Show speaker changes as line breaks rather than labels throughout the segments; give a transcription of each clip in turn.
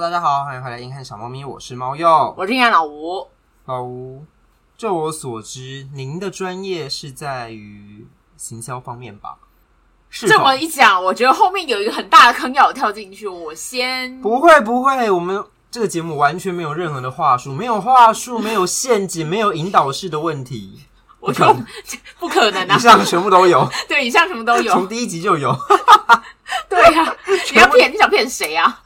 大家好，欢迎回来《硬汉小猫咪》，我是猫鼬，
我是燕老吴。
老吴。就我所知，您的专业是在于行销方面吧？是
这
吧
么一讲，我觉得后面有一个很大的坑要我跳进去。我先
不会不会，我们这个节目完全没有任何的话术，没有话术，没有陷阱，没有引导式的问题，
我
可
就
能
不可能啊
以！上全部都有，
对，以上什么都
从
有。
第一集就有。
对啊，你要骗你想骗谁啊？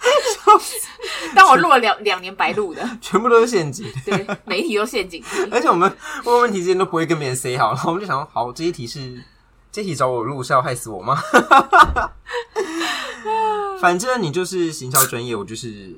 但我录了两两年白录的，
全部都是陷阱，
对，每一题都陷阱题。
而且我们问问题之前都不会跟别人 say 好，然后我们就想说，好，这一题是这一题找我录是要害死我吗？ 反正你就是行销专业，我就是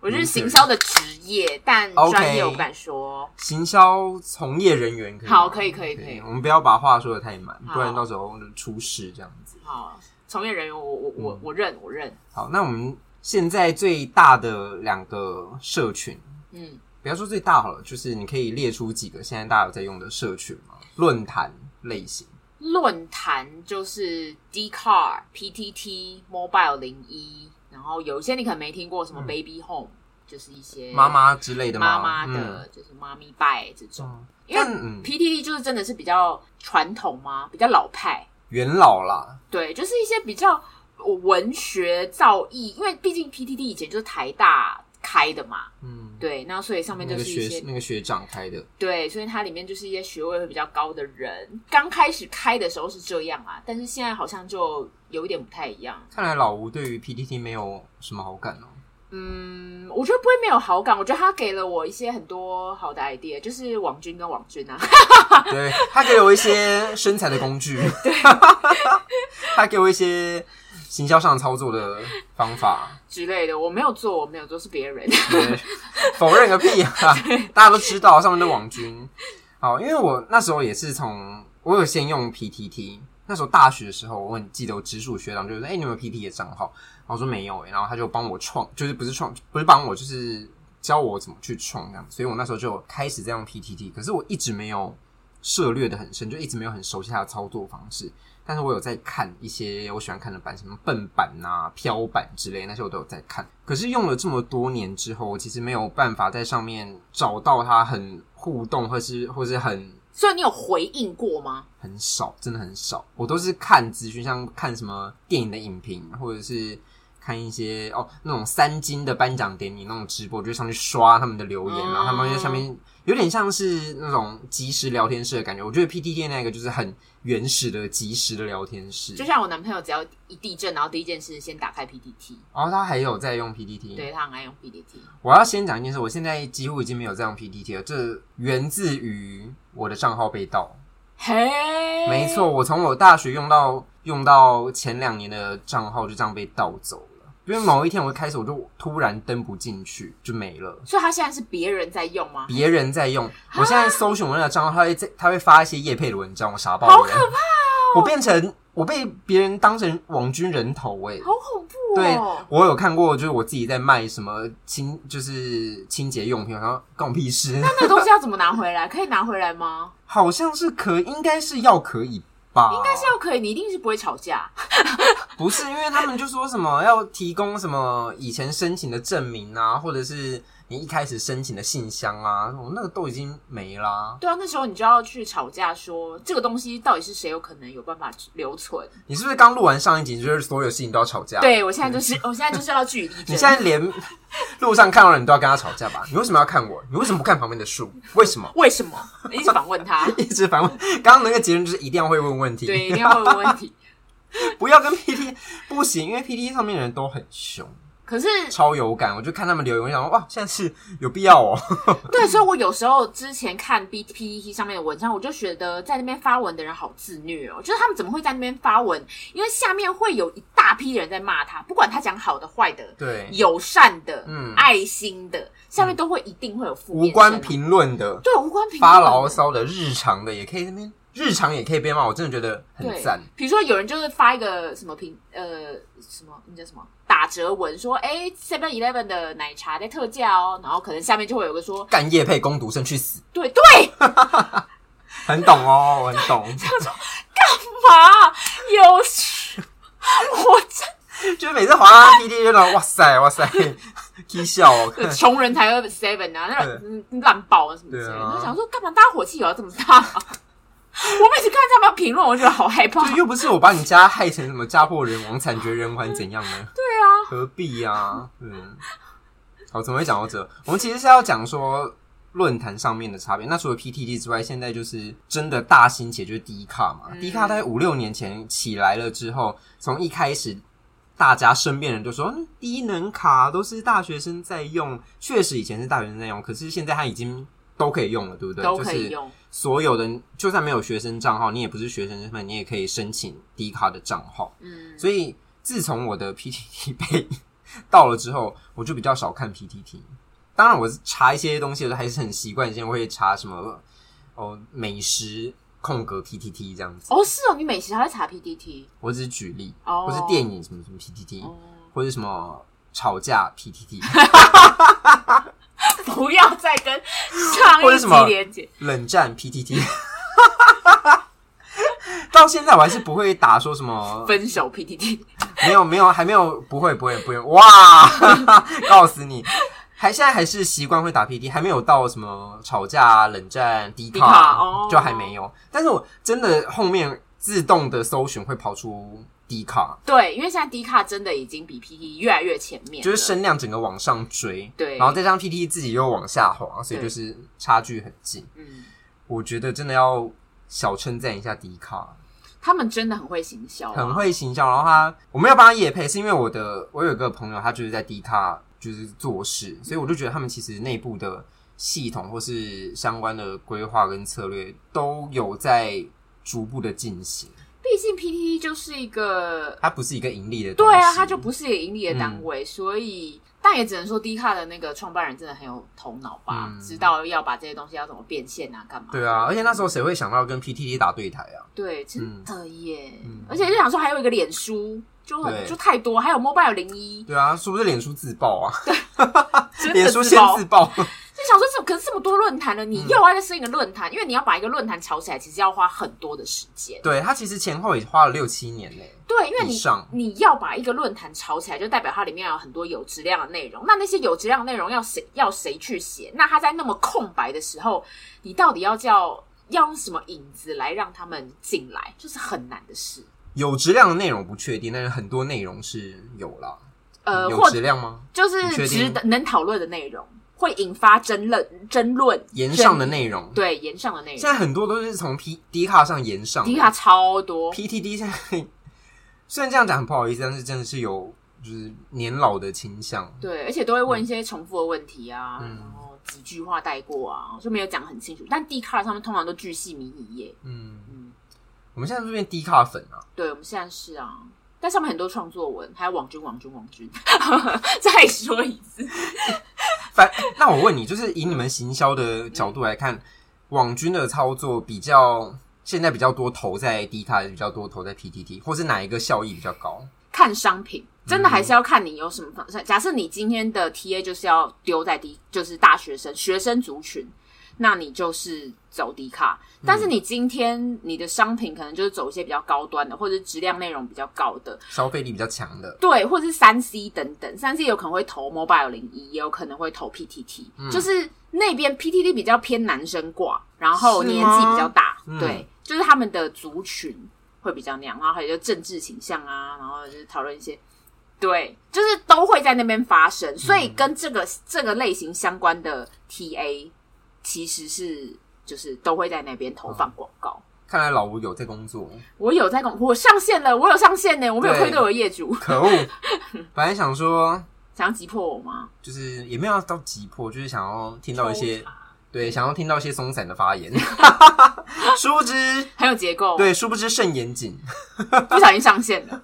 我是行销的职业，但
OK
专业我不敢说。
行销从业人员可以吗。
好可以可以可以
我们不要把话说的太满，
好
不然到时候就出事这样子。
好，从业人员我我
嗯
我我认我认。
好，那我们现在最大的两个社群，
嗯，
不要说最大好了，就是你可以列出几个现在大家有在用的社群吗？论坛类型。
论坛就是 d c a r PTT、Mobile 零一，然后有一些你可能没听过，什么
嗯
Baby Home，、就是一些
妈妈之类的吗？
妈妈的，就是妈咪拜这种。
嗯，
因为
但嗯
PTT 就是真的是比较传统嘛，比较老派，
元老啦，
对，就是一些比较文学造诣，因为毕竟 PTT 以前就是台大开的嘛，
嗯，
对，那所以上面
那
就
个
是一
学
些
那个学长开的，
对，所以它里面就是一些学位会比较高的人。刚开始开的时候是这样啊，但是现在好像就有一点不太一样。
看来老吴对于 PTT 没有什么好感哦。
嗯，我觉得不会没有好感，我觉得他给了我一些很多好的 idea，就是网军跟网军啊，
对他给我一些身材的工 具，他给我一些行销上操作的方法，
之类的。我没有做，我没有做，是别人。
对否认个屁啊！大家都知道上面的网军。好，因为我那时候也是从我有先用 PTT，那时候大学的时候，我很记得我直属学长就说：“哎、你有没有 PT 的账号？”然后我说没有、欸然后他就帮我创，就是不是创，不是帮我，就是教我怎么去创这样。所以我那时候就开始在用 PTT，可是我一直没有涉略的很深，就一直没有很熟悉它的操作方式。但是我有在看一些我喜欢看的版，什么笨版呐、飘版之类，那些我都有在看。可是用了这么多年之后，我其实没有办法在上面找到它很互动，或是或是很
所以你有回应过吗？
很少，真的很少。我都是看资讯，像看什么电影的影评，或者是看一些哦那种三金的颁奖典礼那种直播，我就上去刷他们的留言，
嗯
然后他们在下面有点像是那种即时聊天室的感觉。我觉得 PTT 那个就是很原始的即时的聊天室，
就像我男朋友只要一地震，然后第一件事先打开 PTT，
然后他还有在用 PTT，
对他很爱用 PTT。
我要先讲一件事，我现在几乎已经没有在用 PTT 了，这源自于我的账号被盗。
嘿，
没错，，我从我大学用到用到前两年的账号就这样被盗走了，因为某一天我开始我就突然登不进去，就没了。
所以他现在是别人在用吗？
别人在用，我现在搜寻我那个账号，他会在他会发一些叶配的文章，我傻爆了。
好可怕，哦
我变成我被别人当成网军人头哎、
好恐怖
对
哦！，
我有看过，就是我自己在卖什么清，就是清洁用品，然后关我屁事。
那个东西要怎么拿回来？可以拿回来吗？
好像是可，应该是要可以吧？
应该是要可以，你一定是不会吵架。
不是，因为他们就说什么要提供什么以前申请的证明啊，或者是你一开始申请的信箱啊，我那个都已经没啦。
对啊，那时候你就要去吵架说，这个东西到底是谁有可能有办法留存？
你是不是刚录完上一集，就是所有事情都要吵架？，
对我现在就是，我现在就是要据理力
啊嗯你
争。
现在连路上看到人都要跟他吵架吧？你为什么要看我？你为什么不看旁边的树？为什么？
为什么一直反问他？
一直反问，刚刚那个结论就是一定要会问问题，
对，一定要问问题。
不要跟 PT 不行，因为 PT 上面的人都很凶，
可是，
超有感。我就看他们留言，我想说哇，现在是有必要哦。
对，所以我有时候之前看 B P E T 上面的文章，我就觉得在那边发文的人好自虐哦，就是他们怎么会在那边发文？因为下面会有一大批人在骂他，不管他讲好的、坏的、
对，
友善的、
嗯
爱心的，下面都会一定会有负面
无关
声浪
评论的、
对无关评
发
论
牢骚的、日常的，也可以那边日常也可以被骂，我真的觉得很
对，
赞。
比如说有人就是发一个什么评呃什么那叫什么打折文说，哎，Seven Eleven 的奶茶在特价哦，然后可能下面就会有个说，
干夜配攻读生去死，
对对，
很懂哦，我很懂。
嘛有 事，我真
就是每次滑到 P D 就觉得哇塞哇塞 踢笑哦， 看
穷人才会 seven 啊，那
对
种嗯烂爆啊什么之类
对
的，
啊
就想说干嘛大家火气有哦要这么大吗？ 我每次看他们评论，我觉得好害 怕。
就又不是我把你家害成什么家破人亡、惨绝人寰怎样呢？
对啊，
何必呀、嗯，好，怎么会讲到这？我们其实是要讲说论坛上面的差别。那除了 PTT 之外，现在就是真的大兴起，就是 D 卡嘛。
嗯
D 卡大概五六年前起来了之后，从一开始。大家身边人就说嗯：“低能卡都是大学生在用，确实以前是大学生在用，可是现在它已经都可以用了，对不对？
都可以
就是
用。
所有的，就算没有学生账号，你也不是学生身份，你也可以申请 D 卡的账号。
嗯，
所以自从我的 PTT 被到了之后，我就比较少看 PTT。当然，我查一些东西的时候还是很习惯性会查什么哦美食空格 PTT 这样子。
哦，是哦，你美食还会查 PDT
我只是举例，
哦，
或是电影什么什么 PTT，、
哦。
或是什么吵架 PTT，
不要再跟上
或者
一
什么
集连接，
冷战 PTT。到现在我还是不会打说什么
分手 PDT，
没有没有，还没有，不会不会不 会，哇， 告诉你，还现在还是习惯会打 PD，还没有到什么吵架啊、冷战、低
低卡哦
就还没有。但是我真的后面自动的搜寻会跑出低卡，
对，因为现在 D 卡真的已经比 PT 越来越前面了，
就是声量整个往上追，
对
然后再加上 PT 自己又往下滑，所以就是差距很近。
嗯，
我觉得真的要小称赞一下低卡，
他们真的很会行销啊，
很会行销。然后他，我们要帮他夜配，是因为我的我有一个朋友，他就是在 D 卡就是做事，所以我就觉得他们其实内部的系统或是相关的规划跟策略都有在逐步的进行。
毕竟 PT 就是一个
它不是一个盈利的东西，
对啊，它就不是一个盈利的单
嗯
位，所以但也只能说 D 卡的那个创办人真的很有头脑吧，
嗯
知道要把这些东西要怎么变现啊，干嘛？
对啊。而且那时候谁会想到跟 PTT 打对台啊？
对，真的耶！
嗯
而且就想说还有一个脸书，就很
对
就太多，还有 Mobile 零一，
对啊，是不是脸书自爆啊？
真
脸
的
书
自
先
爆
自爆，
就想说这可是这么多论坛了，
嗯
你又要再生一个论坛，因为你要把一个论坛炒起来，其实要花很多的时间。
对他其实前后也花了六七年呢、
对，因为
以
你
上
你要把一个论坛炒起来，就代表它里面有很多有质量的内容。那那些有质量的内容要谁要谁去写？那它在那么空白的时候，你到底要叫要用什么引子来让他们进来，就是很难的事。
有质量的内容不确定，但是很多内容是有啦。
呃，
有
或
质量吗？你确
就是
定
值得能讨论的内容，会引发争论、争论、
言上的
争
内容，
对言上的内
现
容，
在很多都是从 P D 卡上延上的
迪卡超多，
PTD 现在 虽然这样讲很不好意思，但是真的是有就是年老的倾向。
对，而且都会问一些重复的问题啊，
嗯
然后几句话带过啊，就没有讲很清楚。但 D 卡上面通常都巨细靡遗耶。
嗯，
嗯，
我们现在这边 D 卡粉啊，
对，我们现在是啊，但上面很多创作文，还有网军、网军、网军。 再说一次，
反 那我问你，就是以你们行销的角度来
嗯
看，网军的操作比较现在比较多投在 D 卡，还是比较多投在 PTT，或是哪一个效益比较高？
看商品。真的还是要看你有什么方向。假设你今天的 TA 就是要丢在低，就是大学生学生族群，那你就是走低卡。但是你今天你的商品可能就是走一些比较高端的，或者是质量内容比较高的，
消费力比较强的，
对，或者是三 C 等等，三 C 有可能会投 Mobile 零一，也有可能会投 PTT，、就是
嗯
那边 PTT 比较偏男生挂，然后
是
年纪比较大，
吗嗯
对，就是他们的族群会比较那样，然后还有就政治倾向啊，然后就是讨论一些。对，就是都会在那边发
嗯
生，所以跟这个、这个类型相关的 TA 其实是就是都会在那边投放广告。
看来老吴有在工作。
我有在跟我上线了，我有上线呢，我没有
嗯对
愧对我的业主，
可 恶，本来想说
想要击破我吗？
就是也没有到急迫，就是想要听到一些
抽
对，想要听到一些松散的发言。殊不知，
很有结构，
对，殊不知甚严谨。
不小心上线 了。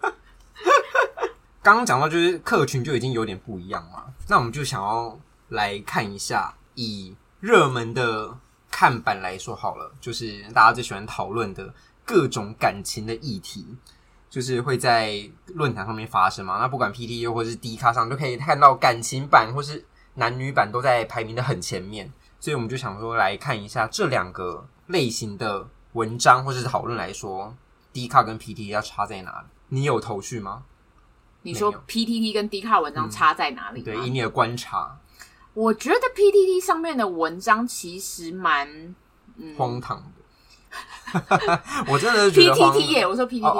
刚刚讲到就是客群就已经有点不一样嘛，那我们就想要来看一下，以热门的看板来说好了，就是大家最喜欢讨论的各种感情的议题。就是会在论坛上面发生嘛，那不管 PT 又或是 D 咖上，都可以看到感情版或是男女版都在排名的很前面，所以我们就想说来看一下这两个类型的文章或是讨论来说，D 咖跟 PT 要差在哪里？你有头绪吗？
你说
没有嗯
PTT 跟 d 卡文章差在哪里吗？
对，以你的观察，
我觉得 PTT 上面的文章其实蛮嗯
荒唐的。我真的 是觉得荒
PTT 耶，我说
哦
PTT，PTT
哦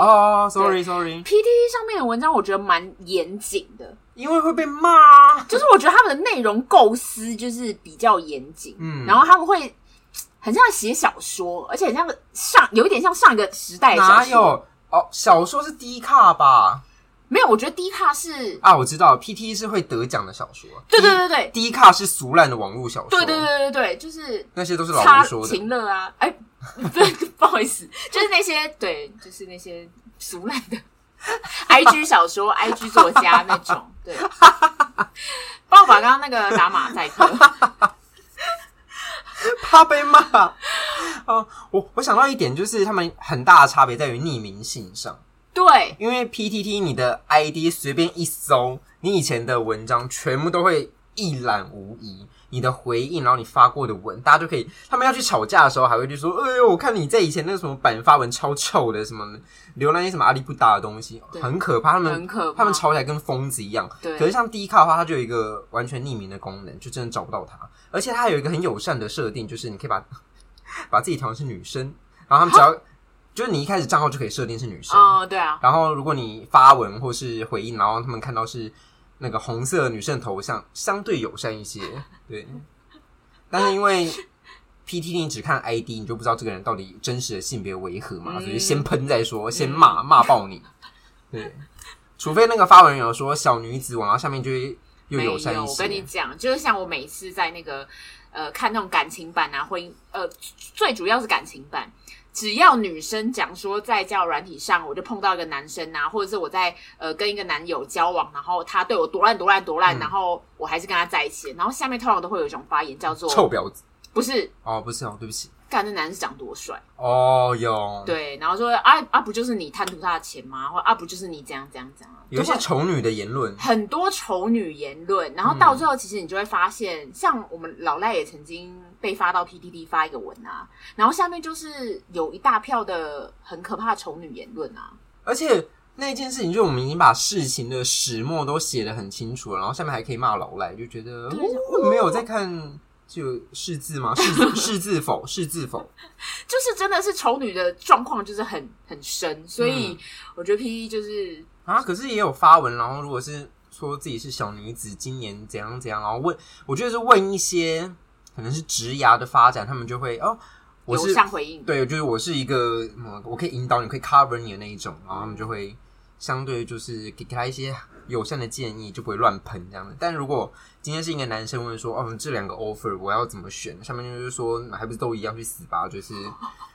哦，sorry sorry，
上面的文章我觉得蛮严谨的，
因为会被骂啊。
就是我觉得他们的内容构思就是比较严谨，
嗯
然后他们会很像写小说，而且很像上有一点像上一个时代的哎小
哪
说。
有？哦，小说是低卡吧？
没有，我觉得 D 卡是，
啊，我知道，PT 是会得奖的小说，
对对对对
低卡是俗烂的网络小说，
对对对，对对对，就是
那些都是老
差
吴说的。
情乐啊，哎， 不不好意思，就是那些对，就是那些俗烂 的 IG 小说、IG 作家那种，对。帮我把刚刚那个打马赛 克，
怕被骂。 哦，我我想到一点，就是他们很大的差别在于匿名性上，
对
因为 PTT 你的 ID 随便一搜，你以前的文章全部都会一览无遗。你的回应，然后你发过的文，大家就可以。他们要去吵架的时候，还会去说：“哎呦，我看你在以前那个什么版发文超臭的，什么浏览一些什么阿里不达的东西，
对
很可怕。”他们
很可怕
他们吵起来跟疯子一样。
对
可是像第一卡的话，它就有一个完全匿名的功能，就真的找不到它。而且它还有一个很友善的设定，就是你可以把 把自己调成是女生，然后他们只要就是你一开始账号就可以设定是女生，
哦，对啊，
然后如果你发文或是回应，然后他们看到是那个红色女生的头像，相对友善一些。对， 但是因为 PT 你只看 ID，你就不知道这个人到底真实的性别为何嘛，
嗯
所以先喷再说，先骂骂爆你。对，除非那个发文人有说小女子王，然后下面就会又
没
友善一
我跟你
些。
讲，就是像我每次在那个呃看那种感情版啊，婚姻呃最主要是感情版。只要女生讲说在交友软体上，我就碰到一个男生啊，或者是我在呃跟一个男友交往，然后他对我多烂多烂多烂，
嗯
然后我还是跟他在一起，然后下面通常都会有一种发言叫做
臭婊子
不是
哦，不是哦，对不起
干这男生长多帅，
哦，有
对，然后说啊啊不就是你贪图他的钱吗？或啊不就是你怎样怎样怎样，
有一些
就会
丑女的言论，
很多丑女言论，然后到最后，其实你就会发现，像我们老赖也曾经被发到 PTT 发一个文啊，然后下面就是有一大票的很可怕的丑女言论啊，
而且那件事情，就我们已经把事情的始末都写得很清楚了，然后下面还可以骂老赖，就觉得
对
我我没有在看就识字吗？识识字否？识字否？
就是真的是丑女的状况就是很很深，所以
嗯
我觉得 PTT 就是
啊，可是也有发文，然后如果是说自己是小女子，今年怎样怎样，然后问，我觉得是问一些可能是职涯的发展，他们就会哦，我
有
是
上回应，
对，就是我是一个，嗯，我可以引导你，可以 cover 你的那一种，然后他们就会相对就是给给他一些友善的建议，就不会乱喷这样的。但如果今天是一个男生问说，哦，这两个 offer 我要怎么选？下面就是说，还不是都一样去死吧？就是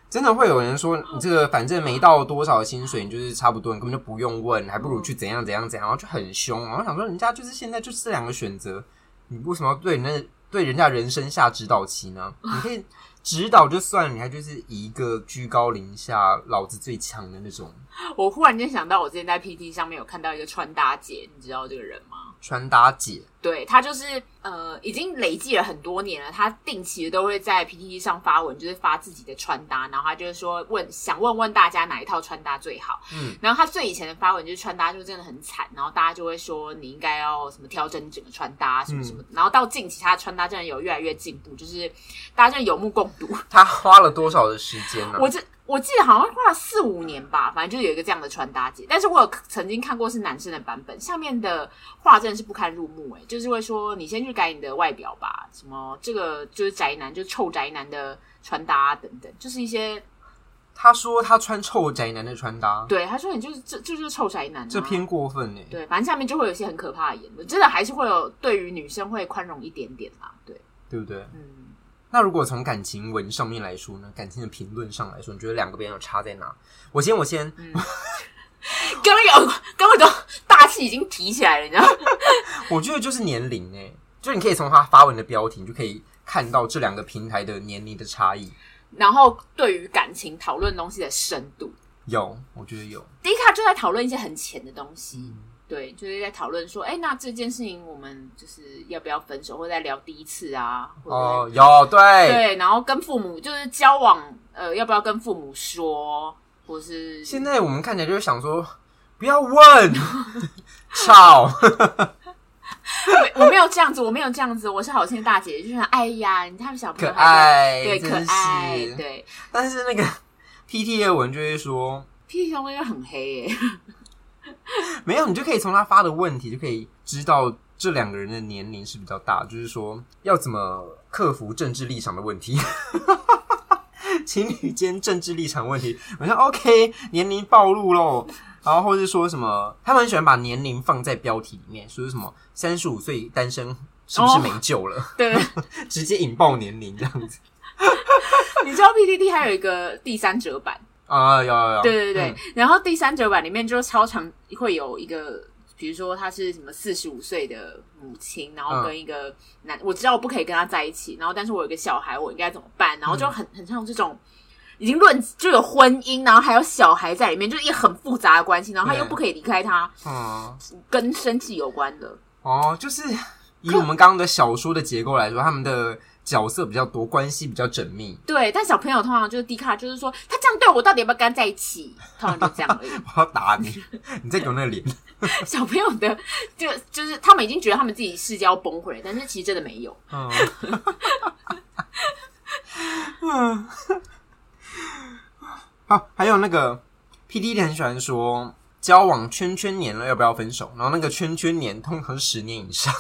真的会有人说，你这个反正没到多少薪水，你就是差不多，你根本就不用问，还不如去怎样怎样怎样，然后就很凶。然后想说，人家就是现在就是这两个选择，你为什么要对人家对人家人生下指导棋呢？你可以指导就算了，你还就是以一个居高临下、老子最强的那种
我忽然间想到，我之前在 PTT 上面有看到一个穿搭姐，你知道这个人吗？
穿搭姐，
对他就是呃，已经累计了很多年了。他定期都会在 PTT 上发文，就是发自己的穿搭，然后他就是说问想问问大家哪一套穿搭最好。
嗯，
然后他最以前的发文就是穿搭就真的很惨，然后大家就会说你应该要什么调整你整个穿搭什么什么的。然后到近期他的穿搭真的有越来越进步，就是大家真的有目共睹。
她花了多少的时间呢、
我这我记得好像花了四五年吧，反正就有一个这样的穿搭节。但是我有曾经看过是男生的版本，下面的话真的是不堪入目、欸，就是会说你先去改你的外表吧，什么这个就是宅男，就是臭宅男的穿搭、啊、等等，就是一些
她说她穿臭宅男的穿搭，
对他说你就是这这就是臭宅男、啊，
这偏过分呢、欸
对，反正下面就会有一些很可怕的言论，真的还是会有对于女生会宽容一点点啦，对，
对不对？
嗯。
那如果从感情文上面来说呢，感情的评论上来说，你觉得两个边有差在哪？我先，我先，
嗯刚刚有，刚刚都大气已经提起来了，你知道吗？
我觉得就是年龄诶、就你可以从她发文的标题，你就可以看到这两个平台的年龄的差异。
然后对于感情讨论东西的深度，
有，我觉得有。
迪卡就在讨论一些很浅的东
嗯
西，对，就是在讨论说，哎、那这件事情我们就是要不要分手，或者在聊第一次啊，或者、
哦，哎有，对。
对，然后跟父母就是交往，呃，要不要跟父母说，或是
现在我们看起来就是想说，不要 问，吵，
我我没有这样子，我没有这样子，我是好心的大姐姐，就是哎呀，你他们小朋
可
友还在
爱，
对可
真是
爱，对
但是那个 PT 的文就会说，
，P T 兄那个很黑耶、
没有，你就可以从他发的问题就可以知道这两个人的年龄是比较大，就是说要怎么克服政治立场的问题。 情侣间政治立场问题，我说 OK，年龄暴露喽，然后或是说什么，他们很喜欢把年龄放在标题里面，说是什么三十五岁单身是不是没救了，
对，
直接引爆年龄这样子
你知道 P T T 还有一个第三者版，
啊，有有有，
对对对，
嗯
然后第三者版里面就超常会有一个，比如说她是什么四十五岁的母亲，然
嗯
后跟一个男，我知道我不可以跟他在一起，然后但是我有一个小孩，我应该怎么办？然后就很很像这种。已经论就有婚姻，然后还有小孩在里面，就是一个很复杂的关系，然后他又
对
不可以离开他，
嗯
跟生计有关的。
哦，就是以我们刚刚的小说的结构来说，他们的角色比较多，关系比较缜密。
对，但小朋友通常就是低卡，就是说他这样对我到底要不要跟他在一起？通常就这样而已。
我要打你，你再给我那个脸。
小朋友的就就是他们已经觉得他们自己世界要崩溃了，但是其实真的没有。
嗯，好，嗯啊还有那个 P D 很喜欢说。交往圈圈年了，要不要分手？然后那个圈圈年通常是十年以上，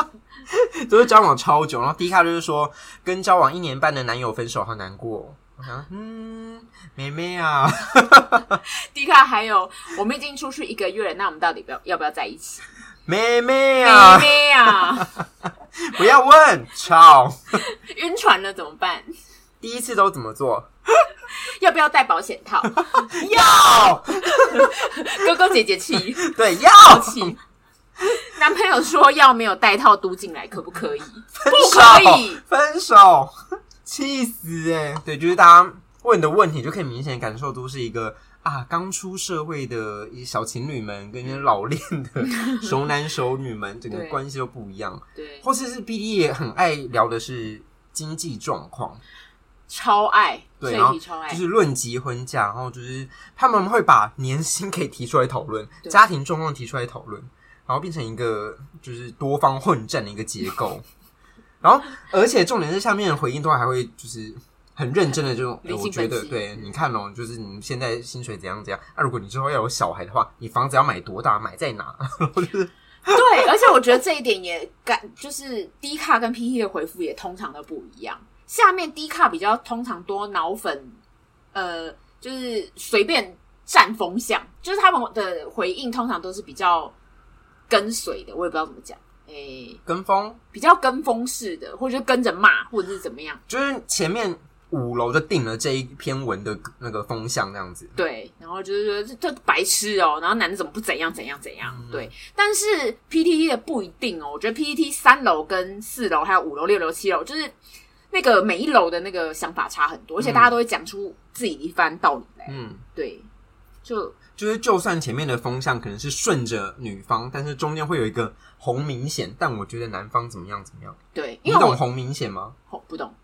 都是交往超久。然后第一卡就是说，跟交往一年半的男友分手，好难过哦。我想，嗯，妹妹啊，
低卡还有我们已经出去一个月了，那我们到底要不要要不要在一起？
妹
妹
妹啊，
妹啊，
不要问，吵。
晕船了怎么办？
第一次都怎么做？
要不要戴保险套？
要，
哥哥姐姐气
对，要
好气。男朋友说要没有戴套嘟进来，可不可以？
分
不
手
可以，
分手，气死哎、对，就是大家问的问题，就可以明显感受都是一个啊，刚出社会的一小情侣们跟一些老练的熟男熟女们，整个
对
关系都不一样。
对，
或是是 B D 也很爱聊的是经济状况，
超爱，
对
这
然
一
后
题超爱
就。是论及婚嫁，然后就是他们会把年薪可以提出来讨论，
对
家庭状况提出来讨论，然后变成一个就是多方混战的一个结构。然后，而且重点是下面的回应都还会就是很认真的这种，哎
理性
我觉得
分析
对，你看哦，就是你现在薪水怎样怎样，啊，如果你之后要有小孩的话，你房子要买多大，买在哪，然后就是
对，而且我觉得这一点也感，就是低卡跟 PT 的回复也通常都不一样。下面低卡比较通常多脑粉，呃，就是随便占风向，就是他们的回应通常都是比较跟随的，我也不知道怎么讲，诶、
跟风，
比较跟风式的，或者就跟着骂，或者是怎么样，
就是前面五楼就定了这一篇文的那个风向这样子。
对，然后就是说这这白痴哦，然后男的怎么不怎样怎样怎样，
嗯
对。但是 PTT 的不一定哦，我觉得 PTT 三楼跟四楼还有五楼、六楼、七楼，就是那个每一楼的那个想法差很多，而且大家都会讲出自己的一番道理来，
嗯，
对，就
就是就算前面的风向可能是顺着女方，但是中间会有一个红明显，但我觉得男方怎么样怎么样，
对，
你
因为我
嗯懂红明显吗
哦不懂，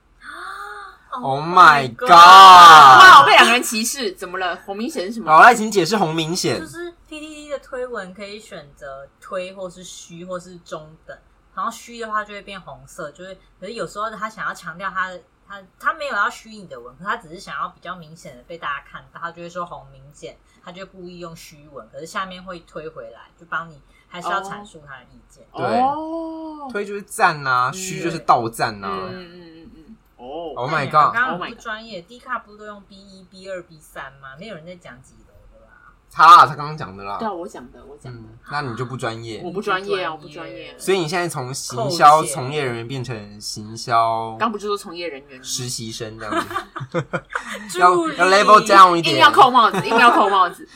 ？Oh my
god！
哇，我
god！
被两个人歧视，怎么了？红明显是什么？
老赖，请解释红明显
就。是 P T T 的推文可以选择推或是虚或是中等，然后虚的话就会变红色，就是可是有时候他想要强调他的他他没有要虚你的文，可他只是想要比较明显的被大家看到，他就会说红明显，他就故意用虚文，可是下面会推回来，就帮你还是要阐述他的意见。
对
哦，
推就是赞呐、啊，虚就是倒赞呐、
嗯
啊。
嗯嗯嗯，哦，
Oh my
但你
god！
刚
Oh
刚
my
很
god
不专业，D 卡不是都用 B 一、B 二、B 三吗？没有人在讲几楼的啦。
他啦，他刚刚讲的啦
对。啊，我讲的，我讲的，
嗯，那你就不专业
我。不专业啊，我不专业。
所以你现在从行销
扣钱
从业人员变成行销
刚不是说从业人员吗？
实习生这样子， 要
助理
要 level down 一
硬
点
要。扣帽子，硬要扣帽 子，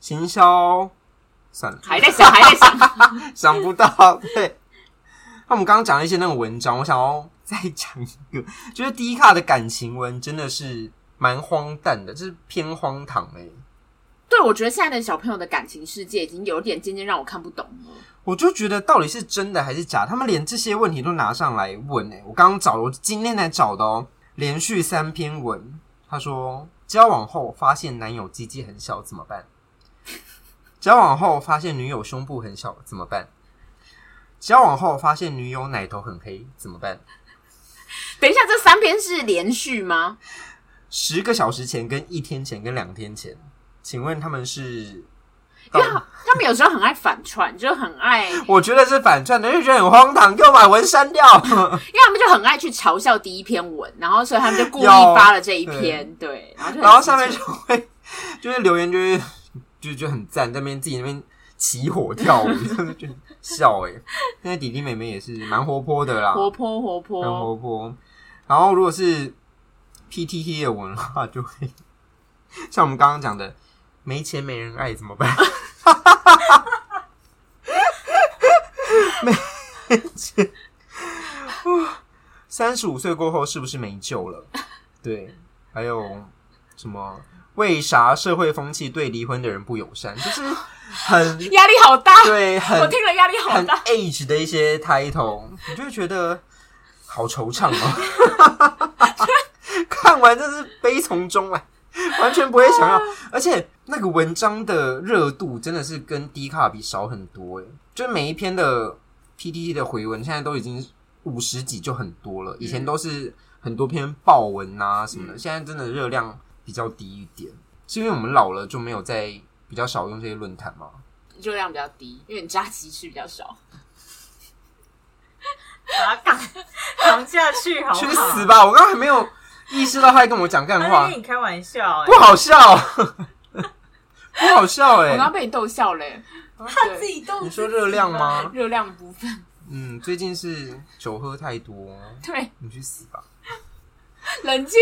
行销算了。
还在想，还在想。
想不到，对。 那我们刚刚讲了一些那种文章，我想要再讲一个，就是第一卡的感情文真的是蛮荒诞的，就是偏荒唐哎、
对，我觉得现在的小朋友的感情世界已经有点渐渐让我看不懂了。
我就觉得到底是真的还是假，他们连这些问题都拿上来问哎、我刚刚找了，我今天才找的哦，连续三篇文，他说交往后发现男友鸡鸡很小怎么办？交往后发现女友胸部很小怎么办？交往后发现女友奶头很黑怎么办？
等一下，这三篇是连续吗？
十个小时前、跟一天前、跟两天前，请问他们是？嗯
因为好他们有时候很爱反串，就很爱，因为
我觉得是反串的，就觉得很荒唐，给我把文删掉。
他们就很爱去嘲笑第一篇文，然后所以他们就故意
有
发了这一篇，对，然后就很
然后下面
生气
就会就是留言就会就就很赞，在那边自己那边起火跳舞，就笑哎、欸。现在弟弟妹妹也是蛮活泼的啦，
活泼活
很
泼，
活泼。然后如果是 PTT 的文化，就会 像我们刚刚讲的，没钱没人爱怎么办？ 没钱，三十五岁过后是不是没救了？对，还有什么？为啥社会风气对离婚的人不友善？就是很
压力好大，
对，很
我听了压力好
很
大。
age 的一些 title，你就会觉得好惆怅哦。 看完真是悲从中来，完全不会想
啊
要。而且那个文章的热度真的是跟低卡比少很多诶，欸就是每一篇的 PDD 的回文现在都已经五十几就很多
嗯
了，以前都是很多篇爆文啊什么的，现在真的热量比较低一点，是因为我们老了就没有在比较少用这些论坛吗？
热量比较低，因为你扎鸡翅比较少。
把它扛扛下去好不
去
好
死？吧！我刚刚还没有意识到他在跟我讲干
他在
话
跟，你开玩笑、欸
不，好笑，不好笑哎、
我刚刚被你逗笑嘞、
他
对
自己动。
你说热量？吗？
热量部分，
嗯，最近是酒喝太多，
对，
你去死吧！
冷静。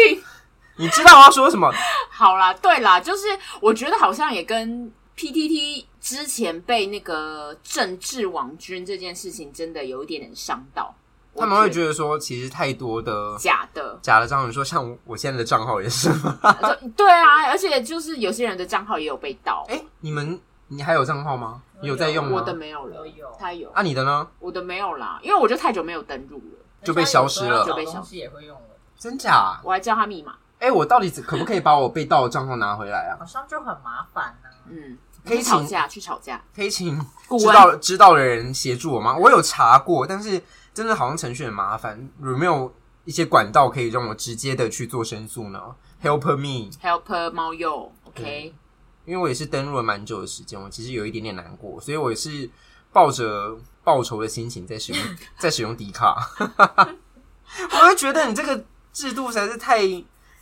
你知道我要说什么？
好啦，对啦，就是我觉得好像也跟 PTT 之前被那个政治网军这件事情真的有一点点伤到。
他们会
得
觉得说，其实太多的，
假的
假的账号，你说像我我现在的账号也是吗？
就对啊，而且就是有些人的账号也有被盗，
哎、你们你还有账号吗？
我有
你有在用
我
吗？
的没有了，
我有
他有，
啊，你的呢？
我的没有啦，因为我就太久没有登录了，
就被消失了
就被消失也会用了，
真假？
我还叫他密码，
哎、我到底可不可以把我被盗的账号拿回来啊？
好像就很麻烦啊呢、
嗯，
可以
去吵
请
架，去吵架，
可以请
顾
知
问
道知道的人协助我吗？我有查过，但是真的好像程序很麻烦，有没有一些管道可以让我直接的去做申诉呢？Help me，
helper 猫鼬，OK，
因为我也是登录了蛮久的时间，我其实有一点点难过，所以我也是抱着报仇的心情 在使用在使用迪卡， 我就觉得你这个制度实在是太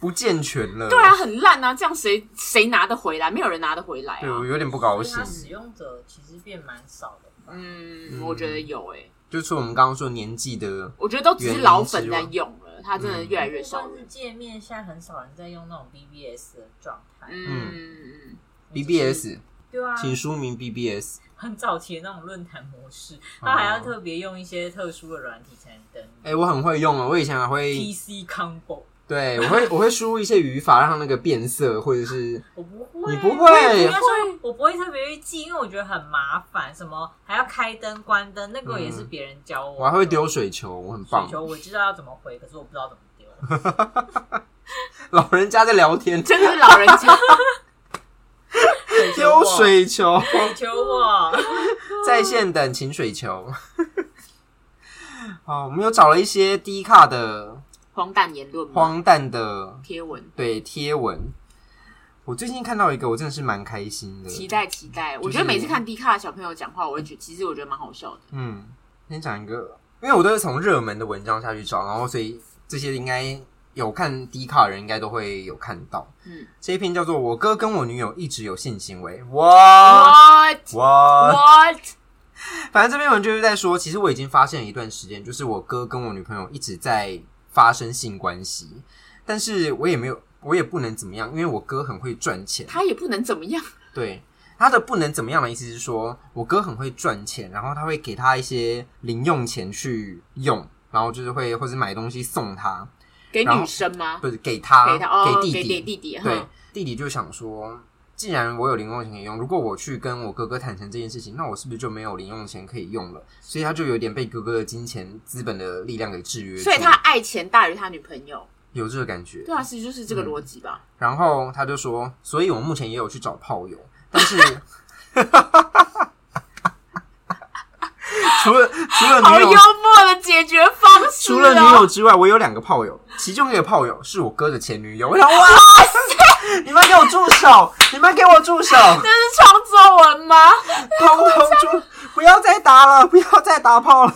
不健全了，
对啊，，很烂啊，这样谁谁拿得回来？没有人拿得回来
对
啊
我。有点不
所
高
以
兴
它。使用者其实变蛮少的。
嗯，我觉得有诶、
就除了我们刚刚说年纪的，
我觉得都只是老粉在用了，它真的越来
但
越少
是
人。
界面现在很少人在用那种 BBS 的状态。
嗯嗯，
BBS，
对啊，
请书名 BBS。
很早期的那种论坛模
哦
式，他还要特别用一些特殊的软体才能登录。
哎、我很会用哦，我以前还会，
PC combo，
对我会我会输入一些语法，让它那个变色，或者是
我不会，
你不会
我也应该说我不会特别去记，因为我觉得很麻烦，什么还要开灯、关灯，那个也是别人教我。
我还会丢水球，我很棒
水。球，我知道要怎么回，可是我不知道怎么丢。
老人家在聊天，
真的是老人家。
丢
啊
水球，
水球 我，
在线等请水球。 好，我们又找了一些低卡的
荒诞言论吗？
荒诞的
贴文，
对贴文。我最近看到一个，我真的是蛮开心的。
期待期待。
是
我觉得每次看 D 卡的小朋友讲话，我会觉其实我觉得蛮好笑的。
嗯，先讲一个，因为我都是从热门的文章下去找，然后所以这些应该有看低卡的人应该都会有看到。
嗯
这一篇叫做《我哥跟我女友一直有性行为》，哇
，What
哇！
What？
反正这篇文就是在说，其实我已经发现了一段时间，就是我哥跟我女朋友一直在发生性关系，但是我也没有，我也不能怎么样，因为我哥很会赚钱。
他也不能怎么样。
对，他的不能怎么样的意思是说，我哥很会赚钱，然后他会给他一些零用钱去用，然后就是会或者买东西送他，
给
然后
女生吗？
不是啊给他
给他哦，
弟
给
弟，
给弟弟。
对
哈，
弟弟就想说，既然我有零用钱可以用，如果我去跟我哥哥坦诚这件事情，那我是不是就没有零用钱可以用了？所以他就有点被哥哥的金钱资本的力量给制约住，
所以他爱钱大于他女朋友。
有这个感觉嗯
对。啊，其实就是这个逻辑吧。
然后他就说，所以我目前也有去找炮友，但 是除了除了
好
女
幽
友
默的解决方式、哦。
除了女友之外，我有两个炮友，其中一个炮友是我哥的前女友。我想，哇塞！你们给我住手！你们 给我住手！
这是创作文吗？
通通住！不要再打了，不要再打炮了。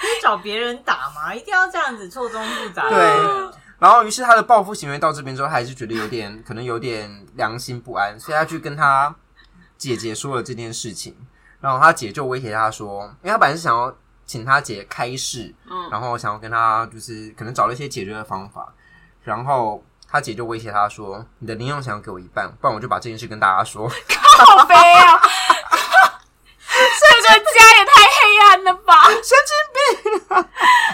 就找别人打嘛，一定要这样子错综复杂。
对然后，于是他的报复行为到这边之后，他还是觉得有点，可能有点良心不安，所以他去跟他姐姐说了这件事情。然后他姐就威胁他说，因为他本来是想要请他姐开示，
嗯，
然后想要跟他就是可能找了一些解决的方法，然后他姐就威胁他说：“你的零用钱要给我一半，不然我就把这件事跟大家说。
好悲 啊！这个家也太黑暗了吧！神经病，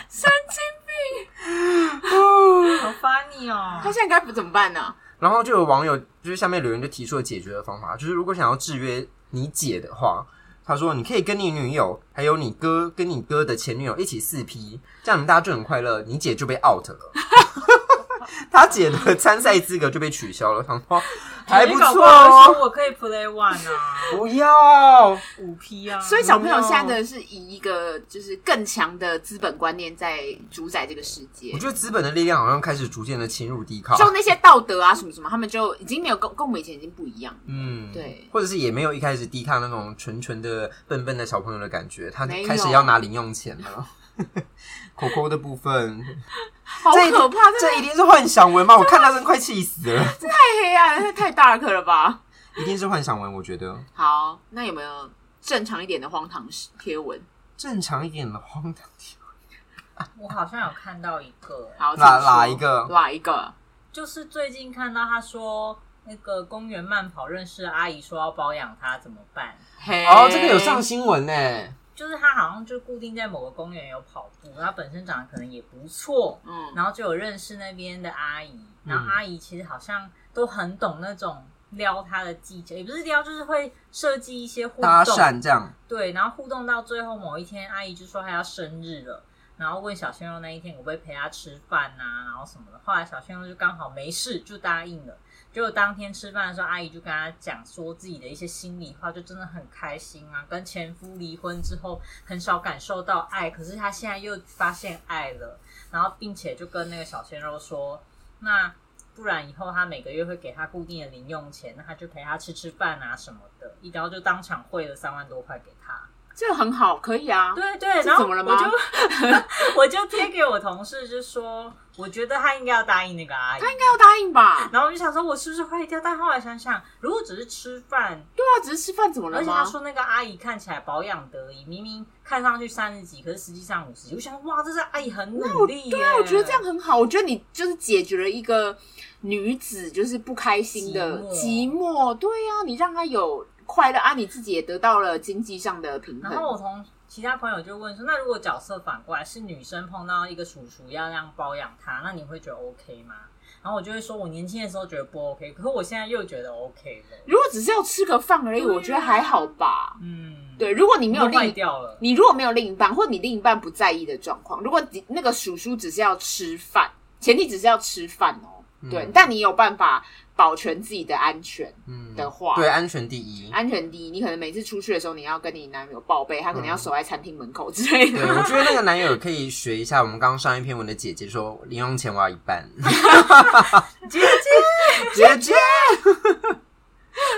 神经病！
好 funny
他现
哦。
在该不怎么办呢、”
然后就有网友就是下面留言就提出了解决的方法，就是如果想要制约你姐的话，他说你可以跟你女友还有你哥跟你哥的前女友一起四 P，这样你们大家就很快乐，你姐就被 out 了。他姐的参赛资格就被取消了，想说还不
你搞
错
好
哦，
说我可以 play one 啊，
不要，
五 P 啊。
所以小朋友现在的是以一个就是更强的资本观念在主宰这个世界
我，觉得资本的力量好像开始逐渐的侵入低靠，
就那些道德啊什么什么，他们就已经没有跟跟我们以前已经不一样了。
嗯，
对
或者是也没有一开始低抗那种纯纯的笨笨的小朋友的感觉，他
没有
开始要拿零用钱了。 口口的部分，
好可怕！这
这一定是幻想文吗？我看他真快气死了，
太黑暗了，太 dark 了吧？
一定是幻想文。我觉得
好，那有没有正常一点的荒唐事贴文？
正常一点的荒唐贴
我好像有看到一个，
好，请
哪
说
哪一个
哪一个？
就是最近看到他说那个公园慢跑认识的阿姨说要包养他怎么办？
嘿，
哦，这个有上新闻呢、
就是他好像就固定在某个公园有跑步，他本身长得可能也不错，
嗯，
然后就有认识那边的阿姨，然后阿姨其实好像都很懂那种撩他的技巧，也不是撩，就是会设计一些互
搭
动，
讪这样，
对，然后互动到最后某一天，阿姨就说她要生日了，然后问小鲜肉那一天我不会陪她吃饭呐、然后什么的。后来小鲜肉就刚好没事，就答应了。结果当天吃饭的时候，阿姨就跟他讲说自己的一些心里话，就真的很开心啊。跟前夫离婚之后，很少感受到爱，可是她现在又发现爱了，然后并且就跟那个小鲜肉说，那不然以后他每个月会给他固定的零用钱，那他就陪他吃吃饭啊什么的，一刀就当场汇了三万多块给他。
这个很好，可以啊。
对对，
这
然后
怎么了吗
我就我就 贴给我同事，就说我觉得他应该要答应那个阿姨。
他应该要答应吧？
然后我就想说，我是不是坏掉？但后来想想，如果只是吃饭，
对啊，只是吃饭怎么了
而且
吗
他？说那个阿姨看起来保养得宜，明明看上去三十几，可是实际上五十几。我想，哇，这是阿姨很努力耶。对
那我觉得这样很好，我觉得你就是解决了一个女子就是不开心的寂
寂
寞，对啊，你让她有快乐啊，你自己也得到了经济上的平
然后
衡。
我同其他朋友就问说，那如果角色反过来是女生碰到一个叔叔要这样包养她，那你会觉得 OK 吗？然后我就会说，我年轻的时候觉得不 OK，可是我现在又觉得 OK 了。
如果只是要吃个饭而已，
对啊
我觉得还好吧。
嗯，
对，，如果你没有
又坏
另
掉了。
你如果没有另一半，或你另一半不在意的状况，如果你那个叔叔只是要吃饭，前提只是要吃饭哦，对，但你有办法保全自己的安全，
嗯
的话
对，安全第一。
安全第一。你可能每次出去的时候，你要跟你男友报备，他可能要守在餐厅门口之类
嗯对，
的。
我觉得那个男友可以学一下我们刚刚上一篇文的姐姐说，零用钱我要一 半。
姐姐，
姐 姐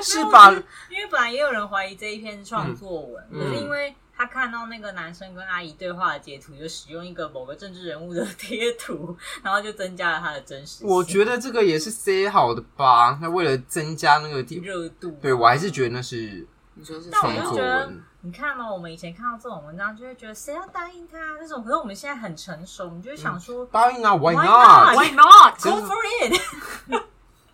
是吧？
因为本来也有人怀疑这一篇是创作文，
嗯
可是因为他看到那个男生跟阿姨对话的截图，就使用一个某个政治人物的贴图，然后就增加了他的真实性。
我觉得这个也是塞好的吧。那为了增加那个地，
热度，
对我还是觉得那是
你说是
但
创
我就
作
觉得
文。
你看嘛，我们以前看到这种文章，就会觉得谁要答应他啊这种，可是我们现在很成熟，我们就会想说、
答应啊，Why
Why
not？
not？
Why not？
g o for it，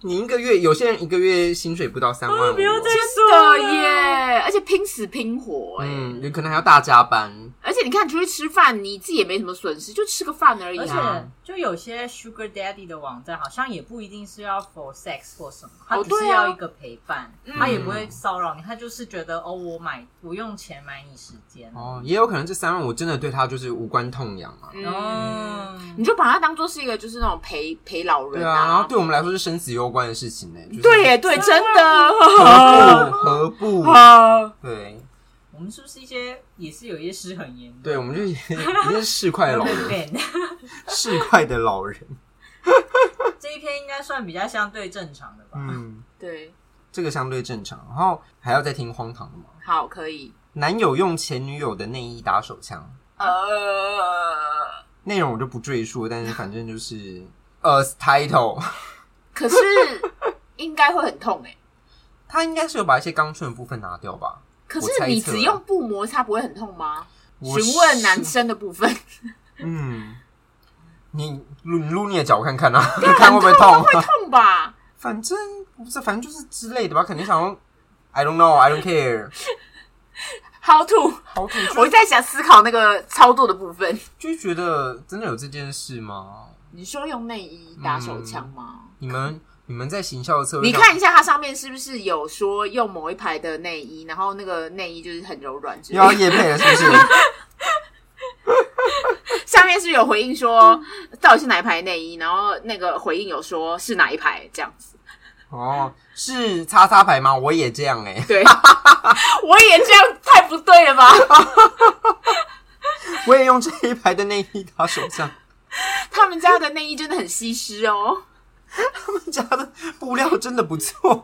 你一个月有些人一个月薪水不到三 万五，
哎
哦
不要再
真
说
的
了。
耶，而且拼死拼活哎、
嗯嗯，有可能还要大加班。
而且你看出去吃饭，你自己也没什么损失，就吃个饭而已
而
啊。
且就有些 Sugar Daddy 的网站好像也不一定是要 for sex 或什么，它
哦
只是
对啊
要一个陪伴，它也不会骚扰你，它就是觉得哦，我买我用钱买你时间。
哦，也有可能这三万我真的对他就是无关痛痒啊。
嗯，你
嗯，
就把它当做是一个就是那种陪陪老
对
人
啊，然后对我们来说是生死攸关的事情呢、就是
对
啊
耶，对，真的。
何不何不？
啊，
对
我们是不是一些也是有一些失很严
对，我们就是 也是市侩的老 人，
对，
市侩的老人。
这一篇应该算比较相对正常的吧？
嗯，
对，
这个相对正常。然后还要再听荒唐的吗？
好，可以。
男友用前女友的内衣打手枪，
呃，
内容我就不赘述了，但是反正就是 呃 title，
可是 应该会很痛哎。
他应该是有把一些钢寸的部分拿掉吧？
可
我
是
猜
你
测
只
啊
用布摩擦不会很痛吗？
我
询问啊
是
男生的部分，
嗯，你撸你撸你的脚看看啊， 看会不会痛、啊？
痛吧？
反正不是，反正就是之类的吧。肯定想用，I don't know, I don't care。
好吐！
好土，
我在想思考那个操作的部分。
就觉得真的有这件事吗？
你说用内衣打手枪吗？
你们你们在行销的策略，
你看一，下它上面是不是有说用某一排的内衣，然后那个内衣就是很柔软之类
又要
的，
夜配了是不是？
下面是不是有回应说到底是哪一排内衣，然后那个回应有说是哪一排这样子。
哦，是叉叉牌吗？我也这样哎、
对， 我也这样太不对了吧？
我也用这一排的内衣打手 枪，
他们家的内衣真的很吸湿哦，
他们家的布料真的不错。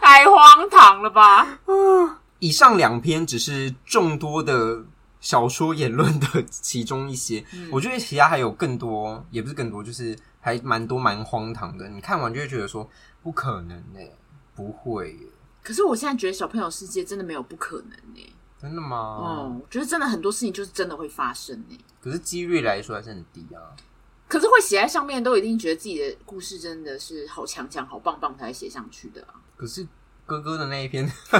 太荒唐了吧？
以上两篇只是众多的小说言论的其中一些，
嗯
我觉得其他还有更多，也不是更多，就是还蛮多蛮荒唐的。你看完就会觉得说，不可能呢、不会欸耶、
可是我现在觉得小朋友世界真的没有不可能呢、
真的吗？
哦，我觉得真的很多事情就是真的会发生欸呢、
可是几率来说还是很低啊。
可是会写在上面，都一定觉得自己的故事真的是好强强、好棒棒才会写上去的、 啊。
可是哥哥的那一篇，
哥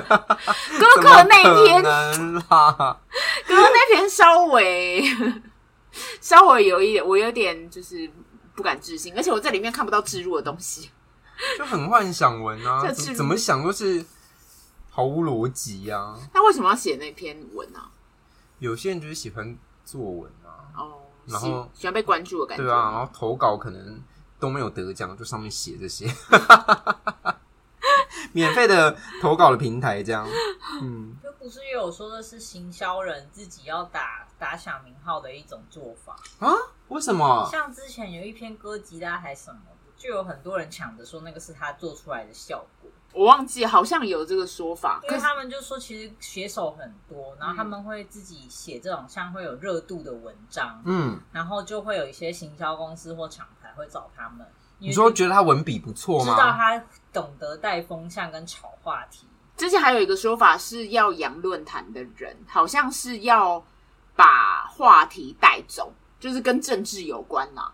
哥那一篇，哥
怎么可能啦，
哥那篇稍微 稍微有一点，我有点就是不敢置信，而且我在里面看不到置入的东西。
就很幻想文啊，
这
怎
是
怎么想都是毫无逻辑啊。
那为什么要写那篇文啊？
有些人就是喜欢作文啊，
哦，喜
然后
喜欢被关注的感觉。
对啊，然后投稿可能都没有得奖，就上面写这 些，免费的投稿的平台这样，嗯，
就不是也有说的是行销人自己要打打响名号的一种做法，
啊，为什么？
像之前有一篇歌吉拉还什么的，就有很多人抢着说那个是他做出来的效果，
我忘记好像有这个说法，
因
可
为
是
他们就说其实写手很多，然后他
嗯
们会自己写这种像会有热度的文章，
嗯，
然后就会有一些行销公司或厂牌会找他们，
你说
知
觉得他文笔不错吗？
道他懂得带风向跟炒话题，
之前还有一个说法是要养论坛的人，好像是要把话题带走，就是跟政治有关啦、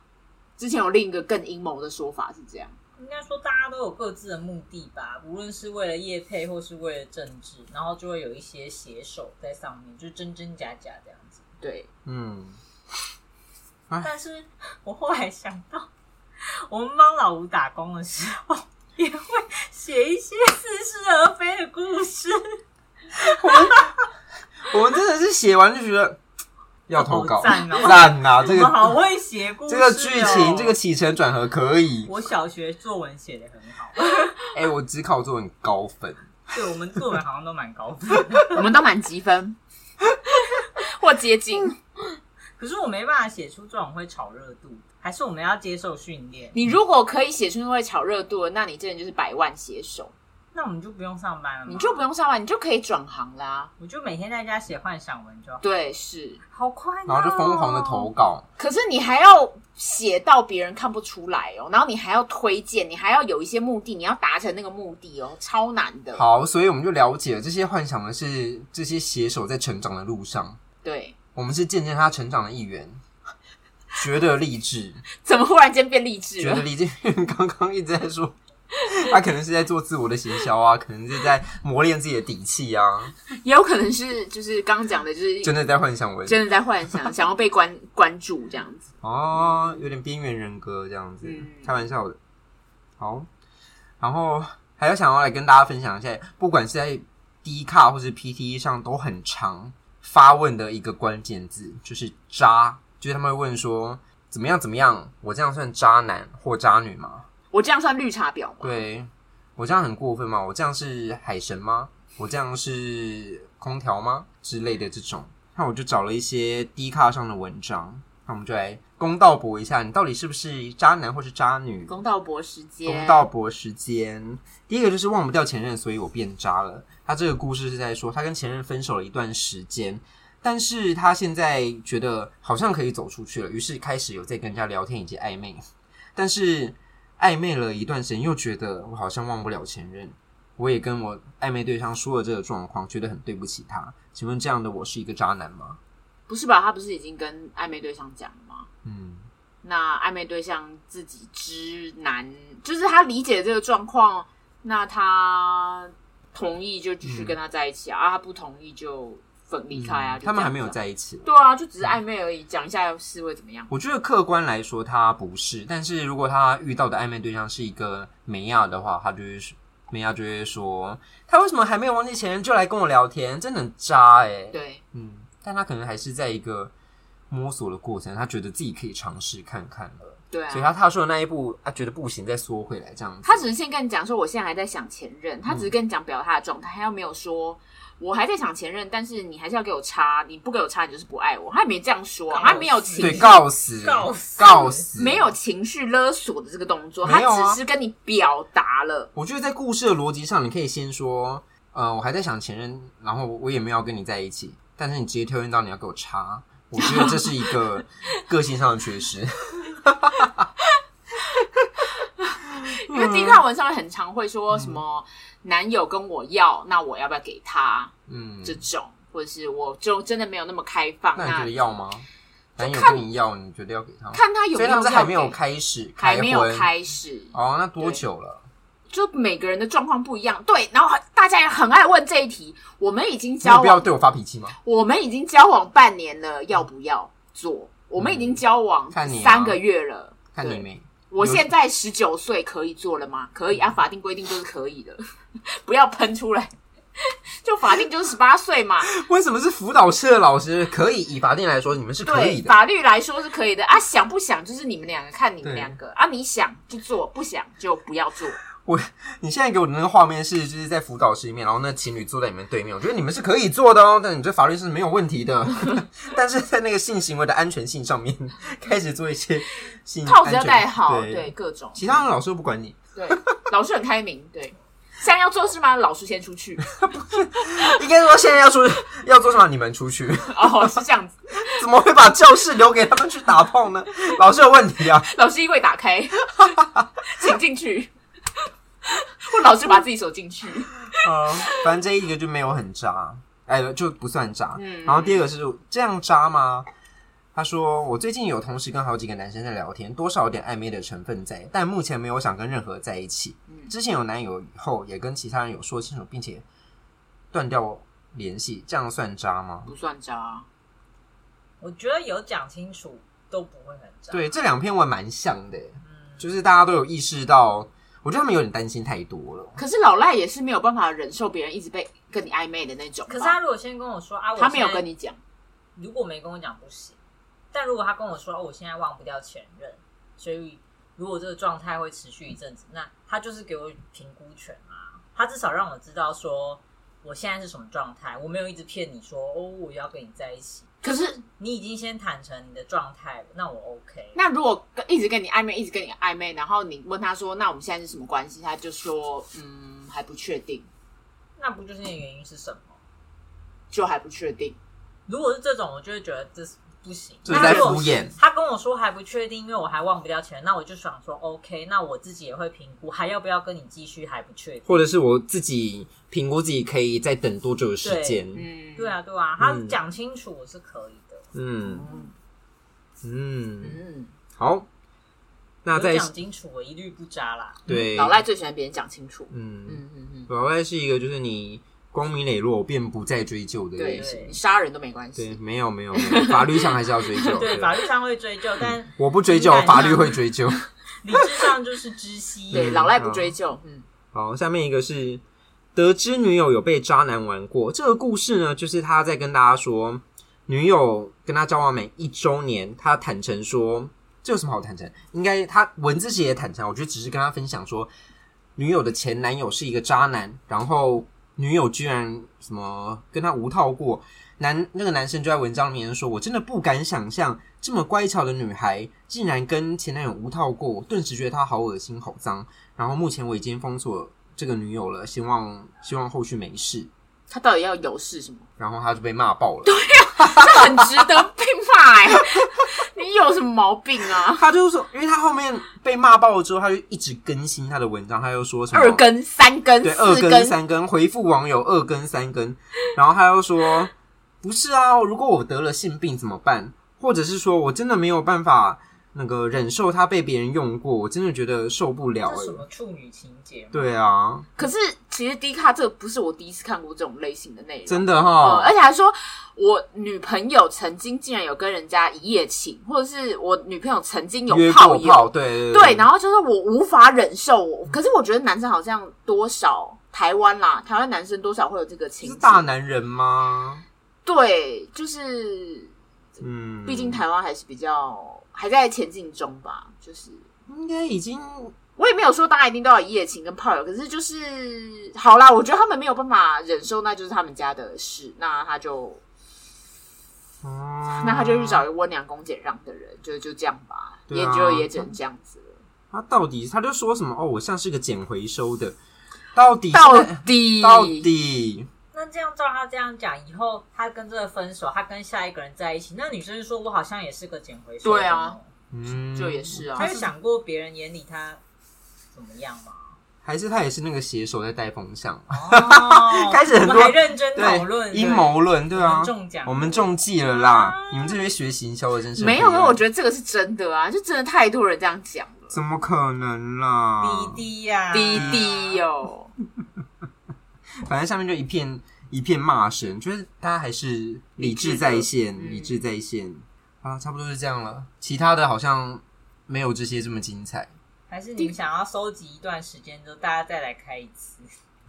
之前有另一个更阴谋的说法是这样，
应该说大家都有各自的目的吧，无论是为了业配或是为了政治，然后就会有一些写手在上面，就真真假假这样子。
对，
嗯，
但是我后来想到，我们帮老吴打工的时候，也会写一些似是而非的故事，
我们真的是写完就觉得要投稿，
好赞哦
赞呐、 这
我们好
个
会写故
这
事、哦。
个剧情，这个起承转合可以。
我小学作文写的很好，
哎、我只考作文高分，
对我们作文好像都蛮高分的，
我们都满积分 或接近。
可是我没办法写出这种会炒热度的，还是我们要接受训练？
你如果可以写出会炒热度的，那你真的就是百万写手，
那我们就不用上班了吗？
你就不用上班，你就可以转行啦。
我就每天在家写幻想文就好，
对，是，
好快、
啊
哦，
然后就疯狂的投。稿。
可是你还要写到别人看不出来哦，然后你还要推荐，你还要有一些目的，你要达成那个目的哦，超难的。
好，所以我们就了解了这些幻想的是这些写手在成长的路上，
对，
我们是见证他成长的一员，觉得励志，
怎么忽然间变励志
觉得
了？
励志。因为刚刚一直在说 他可能是在做自我的行销啊，可能是在磨练自己的底气啊，
也有可能是就是刚刚讲的，就是
真的在幻想文
真的在幻想，想要被关关注这样子。
哦，有点边缘人格这样子，
嗯
开玩笑的。好，然后还有想要来跟大家分享一下，不管是在 D 卡或是 PTE 上都很常发问的一个关键字，就是渣，就是他们会问说怎么样怎么样，我这样算渣男或渣女吗？
我这样算绿茶婊吗？
对我这样很过分吗？我这样是海神吗？我这样是空调吗？之类的这种，那我就找了一些低卡上的文章，那我们就来公道博一下，你到底是不是渣男或是渣女？
公道博时间，
公道博时间，第一个就是忘不掉前任，所以我变渣了。他这个故事是在说，他跟前任分手了一段时间，但是他现在觉得好像可以走出去了，于是开始有在跟人家聊天以及暧昧，但是暧昧了一段时间，又觉得我好像忘不了前任。我也跟我暧昧对象说了这个状况，觉得很对不起他。请问这样的我是一个渣男吗？
不是吧？他不是已经跟暧昧对象讲了吗？
嗯，
那暧昧对象自己知难，就是他理解这个状况，那他同意就继续跟他在一起啊，啊他不同意就分离开啊。
嗯
就这样子啊
他们还没有，在一起。
对啊，就只是暧昧而已，讲一下是会怎么样？
我觉得客观来说他不是，但是如果他遇到的暧昧对象是一个美亚的话，他就会说美亚就会说他为什么还没有忘记前任就来跟我聊天，真的很渣哎、欸。，
对，
嗯，但他可能还是在一个摸索的过程，他觉得自己可以尝试看看了，
对啊。
所以他踏出的那一步，他觉得不行，再缩回来这样子。
他只是先跟你讲说，我现在还在想前任，他只
嗯
是跟你讲表达他的状态，他又没有说我还在想前任，但是你还是要给我插，你不给我插，你就是不爱我，他也没这样说啊，
告
他没有
诉
情
对
绪，
告死
告死
告死
没有。情绪勒索的这个动作，
没有啊
他只是跟你表达了，
我觉得在故事的逻辑上，你可以先说，呃，我还在想前任，然后我也没有要跟你在一起，但是你直接跳跃到你要给我查，我觉得这是一 个个性上的缺失。
因为
嗯
低卡文上面很常会说什么男友跟我要，那我要不要给他
嗯，
这种，或者是我就真的没有那么开放，
那你觉
那
得要吗？男友
看
跟你要，你觉得要给他吗？
看他有
所
没
以他
有
们是
要
还没有
给
开始
还
开
没有
婚
开始
哦，那多久了？
就每个人的状况不一样，对，然后很大家也很爱问这一题。我们已经
你有
交
必要
往，
对我发脾气吗？
我们已经交往半年了，要不要做？我们已经交往
看你啊
三个月了，
看你
对
没，
我现在十九岁可以做了吗？可以啊，法定规定就是可以的， 不要喷出来。 就法定就是十八岁嘛，
为什么是辅导社老师可以以法定来说，你们是可以
对，
的？
法律来说是可以的啊。想不想就是你们两个看你们
对
两个啊，你想就做，不想就不要做。
你现在给我的那个画面是，就是在辅导室里面，然后那情侣坐在你们对面，我觉得你们是可以做的哦，但你这法律是没有问题 的，但是在那个性行为的安全性上面，开始做一些性
套子要
安全
戴好，
对，
对各种。
其他的老师都不管你，
对，老师很开明。对，现在要做事吗？老师先出去。
应该说现在要出要做什么，你们出去，
哦，是这样子。
怎么会把教室留给他们去打炮呢？老师有问题啊！
老师衣柜打开，请进去。或老师把自己手进去。
啊，反正这一个就没有很渣，哎，就不算渣。
嗯
然后第二个是这样渣吗？他说：“我最近有同时跟好几个男生在聊天，多少有点暧昧的成分在，但目前没有想跟任何在一起。
嗯
之前有男友以后，也跟其他人有说清楚，并且断掉联系，这样算渣吗
不算渣，
我觉得有讲清楚都不会很？”渣。
对，这两篇文蛮像的，
嗯，
就是大家都有意识到，我觉得他们有点担心太多了。
可是老赖也是没有办法忍受别人一直被跟你暧昧的那种吧。
可是他如果先跟我说啊，我
他没有
现在
跟你讲，
如果没跟我讲不行，但如果他跟我说、哦、我现在忘不掉前任，所以如果这个状态会持续一阵子，那他就是给我评估权啊，他至少让我知道说我现在是什么状态，我没有一直骗你说哦我要跟你在一起，
可是
你已经先坦诚你的状态了，那我 OK。
那如果跟一直跟你暧昧，一直跟你暧昧，然后你问他说：“那我们现在是什么关系？”他就说：“嗯，还不确定，
那不就是你的原因是什么？
就还不确定。
如果是这种，我就会觉得这是不行，
这是在
那如果
敷衍
他跟我说还不确定，因为我还忘不掉前任，那我就想说 OK，那我自己也会评估还要不要跟你继续，还不确定。
或者是我自己评估自己可以再等多久的时
对
间？”
嗯，
对，啊，对啊，他
嗯
讲清楚我是可以的。
嗯嗯。
嗯，
好，那在
有讲清楚，我一律不扎啦。
对
嗯老赖最喜欢别人讲清楚。
嗯，
嗯嗯嗯，
老赖是一个就是你光明磊落便不再追究的类
对
型。，
你杀人都没关系。
对，没有没有，没有，法律上还是要追究。
对，法律上会追
嗯
究，但
我不追究
情，感
法
上
律会追究。
理智上就是知悉。
对，老赖不追究。嗯，
好，下面一个是得知女友有被渣男玩过。这个故事呢，就是他在跟大家说，女友跟他交往每一周年，他坦诚说，这有什么好坦诚？应该他文字写也坦诚，我觉得只是跟他分享说，女友的前男友是一个渣男，然后女友居然什么跟他无套过。男那个男生就在文章里面说：“我真的不敢想象，这么乖巧的女孩竟然跟前男友无套过，我顿时觉得她好恶心，好脏。然后目前我已经封锁这个女友了，希望希望后续没事。
他到底要有事什么？
然后他就被骂爆了，
这很值得被骂哎！ 你有什么毛病啊？
他就说，因为他后面被骂爆了之后，他就一直更新他的文章，他又说什么
二更、三更、
对二
四
更三更回复网友二更三更，然后他又说不是啊，如果我得了性病怎么办？或者是说我真的没有办法那个忍受他被别人用过，我真的觉得受不了
这是什
了。
么处女情节吗？
对啊，
可是其实 D 卡这不是我第一次看过这种类型的内容，
真的
呃，
哈
而，且还说我女朋友曾经竟然有跟人家一夜情，或者是我女朋友曾经有
约
炮
过
友，
炮，对
对，然后就是我无法忍受我。可是我觉得男生好像多少台湾啦，台湾男生多少会有这个情
是
节
大男人吗？
对，就是
嗯，
毕竟台湾还是比较还在前进中吧，就是。
应该已经
我也没有说大家一定都要一夜情跟炮友，可是就是好啦，我觉得他们没有办法忍受，那就是他们家的事，那他就
那啊
那他就去找一个温良恭俭让的人，就就这样吧，
对
也
啊
就也只能这样子了。
他到底他就说什么哦，我像是个捡回收的，到底是
到底
到底
那这样照他这样讲，以后他跟这个分手，他跟下一个人在一起，那女生说我好像也是个捡回收。
对啊，
嗯，
就也是啊
他，有想过别人眼里他怎么样吗？
还是他也是那个写手在带风向，
哦
开始很多
我们还认真讨
对
论
阴，谋论，对啊
我们，中奖
我们中计了啦！你们这些学行销的真是
啊没有，因为我
得
觉得这个是真的啊，就真的太多人这样讲了。
怎么可能啦？
对滴滴呀，
滴滴
哦
哦哟，
反正下面就一片一片骂声，就是大家还是理智在线，
嗯
理智在线啊，差不多是这样了。其他的好像没有这些这么精彩，
还是你们想要收集一段时间之后，大家再来开一次？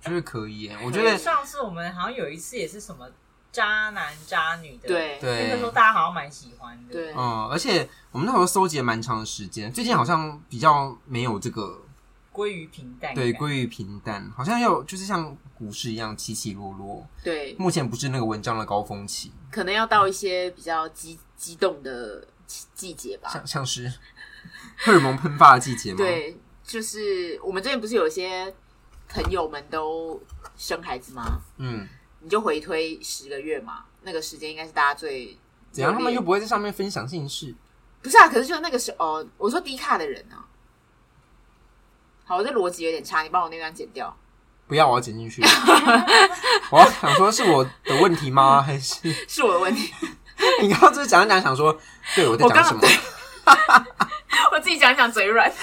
我觉得可以耶。我
我
觉得
上次我们好像有一次也是什么渣男渣女的，，
对
对
那个时候大家好像蛮喜欢的，
对，
嗯，而且我们那时候搜集了蛮长的时间，最近好像比较没有这个，
归于平淡，
对，，归于平淡，好像又就是像股市一样起起落落，
对，
目前不是那个文章的高峰期，
可能要到一些比较激激动的季季节吧。
像像是荷尔蒙喷发的季节吗？，
啊对，就是我们这边不是有些朋友们都生孩子吗？
嗯，
你就回推十个月嘛，那个时间应该是大家最
怎样他们
热烈
又不会在上面分享姓氏？
不是啊，可是就那个时候，哦我说低卡的人啊。好，我这逻辑有点差，你帮我那段剪掉。
不要，我要剪进去。我要想说是我的问题吗？还是
是我的问 题，
你刚刚就是讲一讲，想说对我在
我刚
讲什
刚
么？
我自己讲一讲嘴软。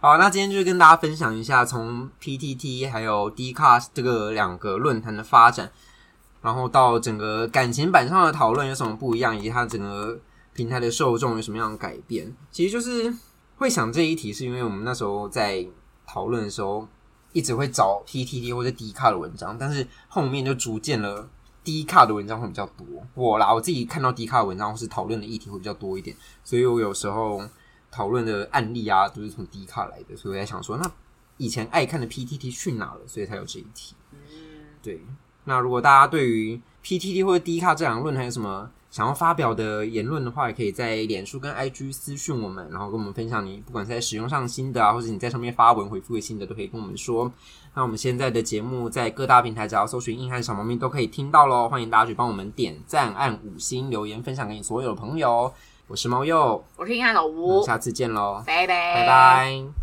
好，那今天就跟大家分享一下从 PTT 还有 d c a s 这个两个论坛的发展，然后到整个感情版上的讨论有什么不一样，以及它整个平台的受众有什么样的改变。其实就是会想这一题，是因为我们那时候在讨论的时候，一直会找 PTT 或者 d c a 的文章，但是后面就逐渐了。低卡的文章会比较多，我啦，我自己看到低卡的文章或是讨论的议题会比较多一点，所以我有时候讨论的案例啊，都是从 D 卡来的，所以我在想说，那以前爱看的 PTT 去哪了？所以才有这一题。
嗯，
对，那如果大家对于 PTT 或者 D 卡这两个论坛有什么想要发表的言论的话，也可以在脸书跟 IG 私讯我们，然后跟我们分享你不管是在使用上新的啊，或者你在上面发文回复的新的，都可以跟我们说。那我们现在的节目在各大平台只要搜寻“硬汉小猫咪”都可以听到喽，欢迎大家去帮我们点赞、按五星、留言、分享给你所有的朋友。我是猫鼬，
我是硬汉老
我
吴
们，下次见喽，
嗯拜拜，
拜拜